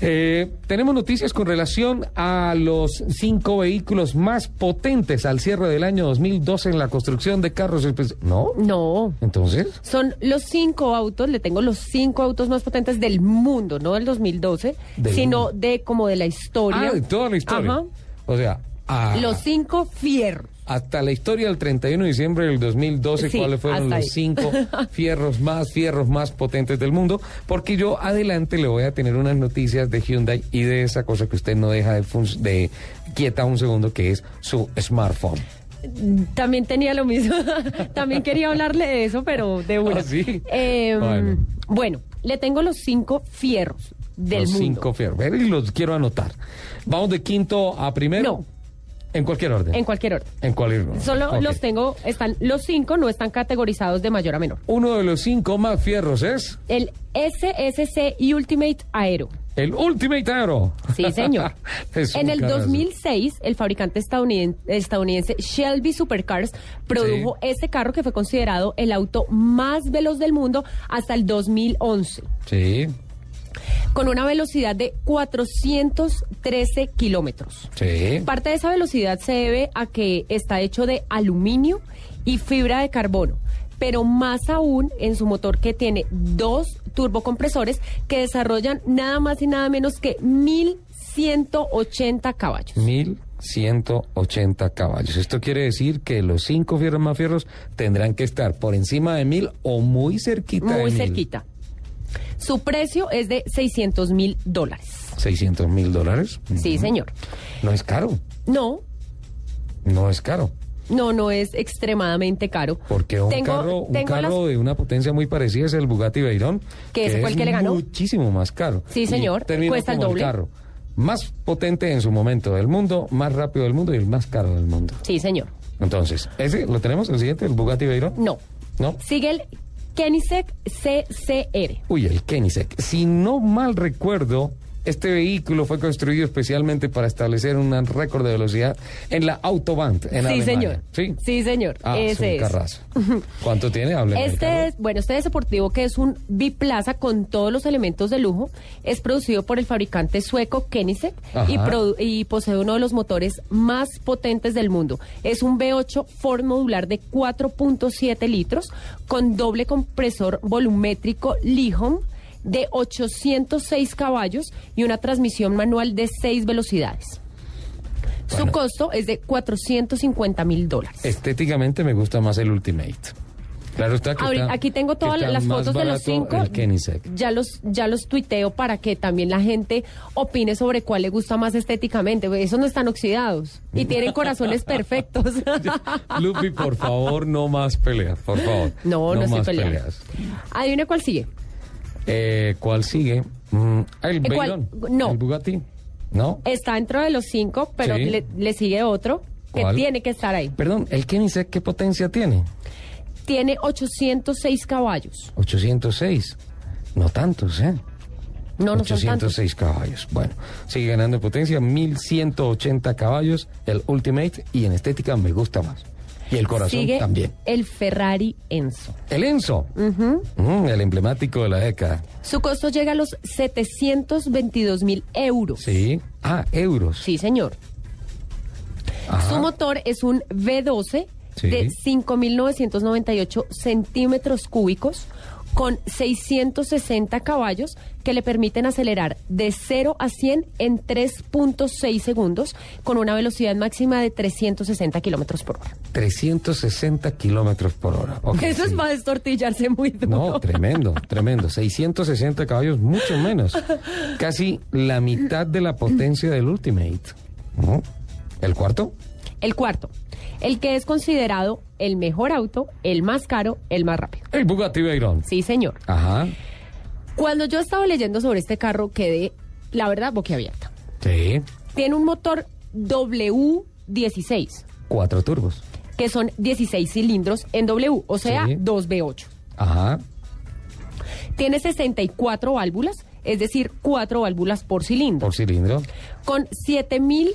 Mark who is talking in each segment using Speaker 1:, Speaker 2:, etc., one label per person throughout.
Speaker 1: Eh, tenemos noticias con relación a los cinco vehículos más potentes al cierre del año 2012 en la construcción de carros. espe- ¿No?
Speaker 2: No.
Speaker 1: Entonces,
Speaker 2: Son los cinco autos, le tengo los cinco autos más potentes del mundo, no del 2012,
Speaker 1: Del
Speaker 2: sino
Speaker 1: mundo.
Speaker 2: de como de la historia.
Speaker 1: ah, de toda la historia.
Speaker 2: Ajá.
Speaker 1: O sea, ah,
Speaker 2: Los cinco fierros.
Speaker 1: hasta la historia del 31 de diciembre del 2012,
Speaker 2: Sí,
Speaker 1: cuáles fueron
Speaker 2: hasta
Speaker 1: los
Speaker 2: ahí.
Speaker 1: cinco fierros más, fierros más potentes del mundo, porque yo adelante le voy a tener unas noticias de Hyundai y de esa cosa que usted no deja de, func- de quieta un segundo, que es su smartphone.
Speaker 2: También tenía lo mismo. También quería hablarle de eso, pero de una.
Speaker 1: Ah, sí.
Speaker 2: Eh,
Speaker 1: Bueno.
Speaker 2: bueno. le tengo los cinco fierros del
Speaker 1: los
Speaker 2: mundo.
Speaker 1: cinco fierros. Ver, Y los quiero anotar. Vamos de quinto a primero.
Speaker 2: No.
Speaker 1: En cualquier orden.
Speaker 2: En cualquier orden.
Speaker 1: En cualquier orden.
Speaker 2: Solo
Speaker 1: Ok.
Speaker 2: los tengo, están los cinco, no están categorizados de mayor a menor.
Speaker 1: Uno de los cinco más fierros es
Speaker 2: El SSC Ultimate Aero.
Speaker 1: el Ultimate Aero.
Speaker 2: Sí, señor.
Speaker 1: Es
Speaker 2: en
Speaker 1: un
Speaker 2: el
Speaker 1: carazo.
Speaker 2: 2006, el fabricante estadouniden- estadounidense Shelby Supercars produjo
Speaker 1: Sí.
Speaker 2: este carro que fue considerado el auto más veloz del mundo hasta el 2011,
Speaker 1: Sí,
Speaker 2: con una velocidad de 413 kilómetros.
Speaker 1: sí.
Speaker 2: Parte de esa velocidad se debe a que está hecho de aluminio y fibra de carbono, pero más aún en su motor que tiene dos turbocompresores que desarrollan nada más y nada menos que 1180 caballos.
Speaker 1: 1180 caballos. Esto quiere decir que los cinco fierros más fierros tendrán que estar por encima de mil o muy cerquita de
Speaker 2: Muy
Speaker 1: mil.
Speaker 2: cerquita. Su precio es de 600 mil dólares.
Speaker 1: 600 mil dólares.
Speaker 2: Sí, señor.
Speaker 1: No es caro.
Speaker 2: No,
Speaker 1: No es caro.
Speaker 2: no, no es extremadamente caro.
Speaker 1: Porque un
Speaker 2: Tengo-
Speaker 1: carro, un
Speaker 2: tengo
Speaker 1: carro
Speaker 2: las-
Speaker 1: de una potencia muy parecida es el Bugatti Veyron,
Speaker 2: Que ese fue el que le ganó.
Speaker 1: muchísimo más caro.
Speaker 2: Sí,
Speaker 1: Y
Speaker 2: señor,
Speaker 1: termina
Speaker 2: cuesta el
Speaker 1: como
Speaker 2: doble.
Speaker 1: carro más potente en su momento del mundo, más rápido del mundo y el más caro del mundo.
Speaker 2: Sí, señor.
Speaker 1: Entonces, ese lo tenemos el siguiente, el Bugatti Veyron.
Speaker 2: No.
Speaker 1: No.
Speaker 2: Sigue el Koenigsegg CCR.
Speaker 1: Uy, el Koenigsegg. Si no mal recuerdo, este vehículo fue construido especialmente para establecer un récord de velocidad en la autobahn en
Speaker 2: sí,
Speaker 1: Alemania.
Speaker 2: señor.
Speaker 1: Sí.
Speaker 2: señor.
Speaker 1: Ah, es
Speaker 2: Ese
Speaker 1: un
Speaker 2: es.
Speaker 1: carrazo. ¿Cuánto tiene? Hábleme del carro.
Speaker 2: Este es, bueno, este es deportivo que es un biplaza con todos los elementos de lujo. Es producido por el fabricante sueco Koenigsegg y,
Speaker 1: Ajá.
Speaker 2: produ- y posee uno de los motores más potentes del mundo. Es un V8 Ford modular de 4.7 litros con doble compresor volumétrico Lighom de 806 caballos y una transmisión manual de 6 velocidades.
Speaker 1: Bueno.
Speaker 2: Su costo es de 450 mil dólares.
Speaker 1: Estéticamente me gusta más el Ultimate. Claro está que
Speaker 2: Ahorita,
Speaker 1: está-
Speaker 2: aquí tengo
Speaker 1: que
Speaker 2: todas
Speaker 1: está
Speaker 2: las
Speaker 1: más
Speaker 2: fotos de los
Speaker 1: barato
Speaker 2: cinco.
Speaker 1: El Koenigsegg.
Speaker 2: Ya los, ya los tuiteo para que también la gente opine sobre cuál le gusta más estéticamente. porque Esos no están oxidados y tienen corazones perfectos.
Speaker 1: Lupi, por favor, no más peleas, por favor.
Speaker 2: no, no, estoy
Speaker 1: más
Speaker 2: peleando.
Speaker 1: peleas.
Speaker 2: Adivina cuál sigue.
Speaker 1: Eh, ¿Cuál sigue? Mm, el
Speaker 2: Eh, ¿cuál?
Speaker 1: Veyron.
Speaker 2: No.
Speaker 1: El Bugatti. No.
Speaker 2: Está dentro de los cinco, pero
Speaker 1: Sí.
Speaker 2: le, le sigue otro que
Speaker 1: ¿Cuál?
Speaker 2: tiene que estar ahí.
Speaker 1: Perdón, el Koenigsegg, ¿qué potencia tiene?
Speaker 2: Tiene 806 caballos.
Speaker 1: 806. No tantos, ¿eh?
Speaker 2: No, no son tantos.
Speaker 1: 806 caballos. Bueno, sigue ganando en potencia, 1180 caballos, el Ultimate, y en estética me gusta más. Y el corazón
Speaker 2: Sigue
Speaker 1: también.
Speaker 2: el Ferrari Enzo.
Speaker 1: El Enzo, Mm, el emblemático de la década.
Speaker 2: Su costo llega a los 722 mil euros.
Speaker 1: Sí. Ah, euros.
Speaker 2: Sí, señor.
Speaker 1: Ajá.
Speaker 2: Su motor es un V12
Speaker 1: Sí.
Speaker 2: de 5.998 centímetros cúbicos con 660 caballos que le permiten acelerar de 0 a 100 en 3.6 segundos con una velocidad máxima de 360 kilómetros por hora.
Speaker 1: 360 kilómetros por hora. Ok,
Speaker 2: Eso es
Speaker 1: sí.
Speaker 2: para destortillarse muy duro.
Speaker 1: No, tremendo, tremendo. 660 caballos, mucho menos. Casi la mitad de la potencia del Ultimate. Ujú. ¿El cuarto?
Speaker 2: El cuarto, el que es considerado el mejor auto, el más caro, el más rápido.
Speaker 1: El Bugatti Veyron.
Speaker 2: Sí, señor.
Speaker 1: Ajá.
Speaker 2: Cuando yo estaba leyendo sobre este carro, quedé, la verdad, boquiabierta.
Speaker 1: Sí.
Speaker 2: Tiene un motor W16,
Speaker 1: Cuatro turbos.
Speaker 2: que son 16 cilindros en W, o sea,
Speaker 1: Sí.
Speaker 2: 2V8.
Speaker 1: Ajá.
Speaker 2: Tiene 64 válvulas, es decir, 4 válvulas por cilindro.
Speaker 1: Por cilindro.
Speaker 2: con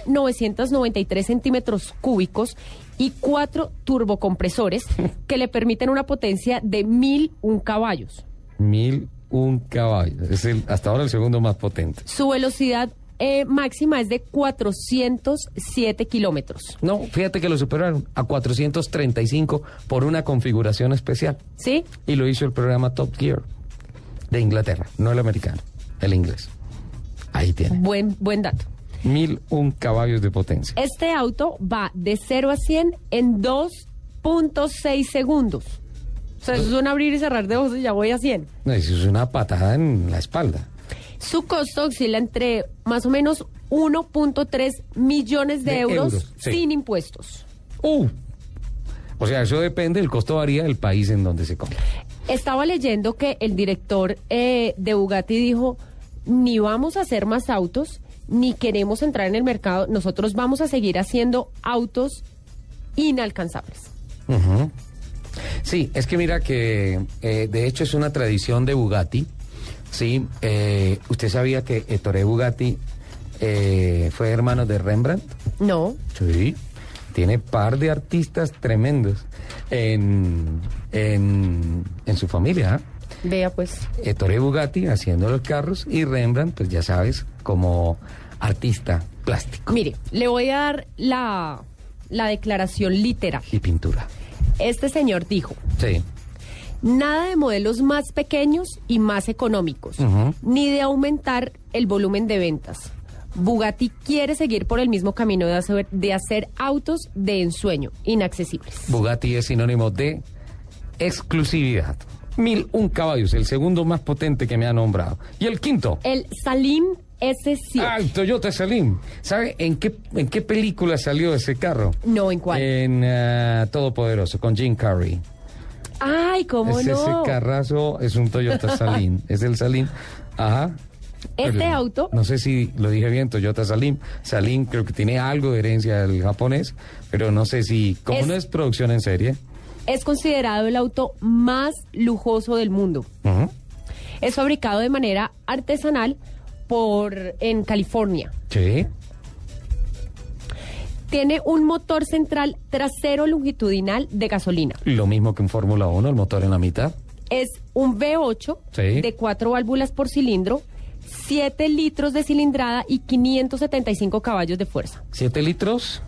Speaker 2: 7.993 centímetros cúbicos y cuatro turbocompresores que le permiten una potencia de 1.001 caballos.
Speaker 1: Mil un caballo. Es el, hasta ahora el segundo más potente.
Speaker 2: Su velocidad eh, máxima es de 407 kilómetros.
Speaker 1: No, fíjate que lo superaron a 435 por una configuración especial.
Speaker 2: ¿Sí?
Speaker 1: Y lo hizo el programa Top Gear de Inglaterra, no el americano, el inglés. Ahí tiene.
Speaker 2: Buen, buen dato.
Speaker 1: Mil un caballos de potencia.
Speaker 2: Este auto va de 0 a 100 en 2.6 segundos. O sea, eso es un abrir y cerrar de ojos y ya voy a 100.
Speaker 1: No, eso es una patada en la espalda.
Speaker 2: Su costo oscila entre más o menos 1.3 millones de,
Speaker 1: De
Speaker 2: euros,
Speaker 1: euros, sí.
Speaker 2: sin impuestos.
Speaker 1: ¡Uh! O sea, eso depende, el costo varía del país en donde se compra.
Speaker 2: Estaba leyendo que el director eh, de Bugatti dijo, ni vamos a hacer más autos, ni queremos entrar en el mercado, nosotros vamos a seguir haciendo autos inalcanzables.
Speaker 1: Ujú. Sí, es que mira que eh, de hecho es una tradición de Bugatti. Sí, Eh, usted sabía que Ettore Bugatti eh, fue hermano de Rembrandt.
Speaker 2: No,
Speaker 1: Sí. Tiene par de artistas tremendos en, en, en su familia. ¿ah?
Speaker 2: vea pues.
Speaker 1: Ettore Bugatti haciendo los carros y Rembrandt, pues ya sabes, como artista plástico
Speaker 2: Mire, le voy a dar la, la declaración literal.
Speaker 1: y pintura.
Speaker 2: Este señor dijo,
Speaker 1: Sí.
Speaker 2: Nada de modelos más pequeños y más económicos,
Speaker 1: Ujú.
Speaker 2: ni de aumentar el volumen de ventas. Bugatti quiere seguir por el mismo camino de hacer, de hacer autos de ensueño, inaccesibles.
Speaker 1: Bugatti es sinónimo de exclusividad. Mil un caballos, el segundo más potente que me ha nombrado. Y el quinto,
Speaker 2: El Salim S7.
Speaker 1: ah, el Toyota Salim. ¿Sabe en qué, en qué película salió ese carro?
Speaker 2: No, ¿en cuál?
Speaker 1: En ah, Todopoderoso, con Jim Carrey.
Speaker 2: Ay, cómo
Speaker 1: es Ese
Speaker 2: no.
Speaker 1: carrazo es un Toyota Salim. es el Salim. Ajá.
Speaker 2: Este
Speaker 1: Pero
Speaker 2: auto-
Speaker 1: No sé si lo dije bien, Toyota Salim. Salim creo que tiene algo de herencia del japonés, pero no sé si. Como
Speaker 2: Es-
Speaker 1: no es producción en serie.
Speaker 2: Es considerado el auto más lujoso del mundo.
Speaker 1: Ujú.
Speaker 2: Es fabricado de manera artesanal por en California.
Speaker 1: Sí.
Speaker 2: Tiene un motor central trasero longitudinal de gasolina.
Speaker 1: Lo mismo que en Fórmula 1, el motor en la mitad.
Speaker 2: Es un V8
Speaker 1: Sí.
Speaker 2: de cuatro válvulas por cilindro, 7 litros de cilindrada y 575 caballos de fuerza.
Speaker 1: ¿Siete litros?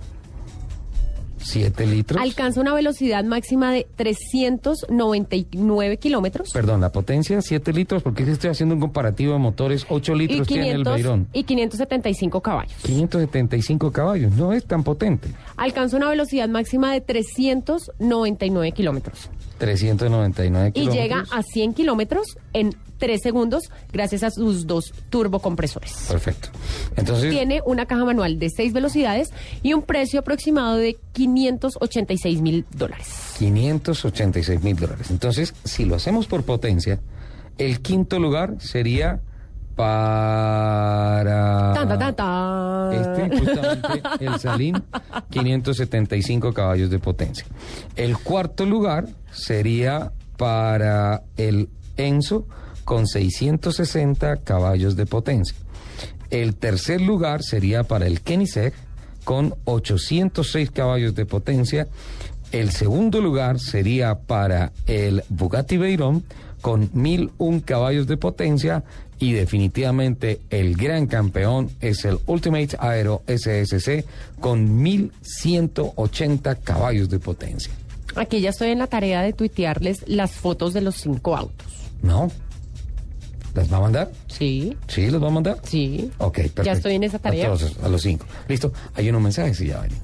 Speaker 1: ¿Siete litros?
Speaker 2: Alcanza una velocidad máxima de 399 kilómetros
Speaker 1: Perdón, la potencia, siete litros, porque es que estoy haciendo un comparativo de motores. Ocho
Speaker 2: y,
Speaker 1: litros tiene el
Speaker 2: 500
Speaker 1: Beirón.
Speaker 2: y 575 caballos.
Speaker 1: 575 caballos, no es tan potente.
Speaker 2: Alcanza una velocidad máxima de 399 kilómetros
Speaker 1: 399
Speaker 2: y llega
Speaker 1: kilómetros.
Speaker 2: a 100 kilómetros en 3 segundos gracias a sus dos turbocompresores.
Speaker 1: Perfecto. Entonces,
Speaker 2: Tiene una caja manual de seis velocidades y un precio aproximado de 586 mil dólares.
Speaker 1: 586 mil dólares. Entonces, si lo hacemos por potencia, el quinto lugar sería para...
Speaker 2: Tan, tan, tan, tan.
Speaker 1: Este, justamente el Salim, 575 caballos de potencia. El cuarto lugar sería para el Enzo con 660 caballos de potencia. El tercer lugar sería para el Koenigsegg con 806 caballos de potencia. El segundo lugar sería para el Bugatti Veyron con 1001 caballos de potencia y definitivamente el gran campeón es el Ultimate Aero SSC con 1180 caballos de potencia.
Speaker 2: Aquí ya estoy en la tarea de tuitearles las fotos de los cinco autos.
Speaker 1: ¿No? ¿Las va a mandar?
Speaker 2: Sí,
Speaker 1: ¿Sí las va a mandar?
Speaker 2: sí.
Speaker 1: Ok, perfecto.
Speaker 2: Ya estoy en esa tarea.
Speaker 1: A, todos, a los cinco. Listo, hay unos mensajes y ya venimos.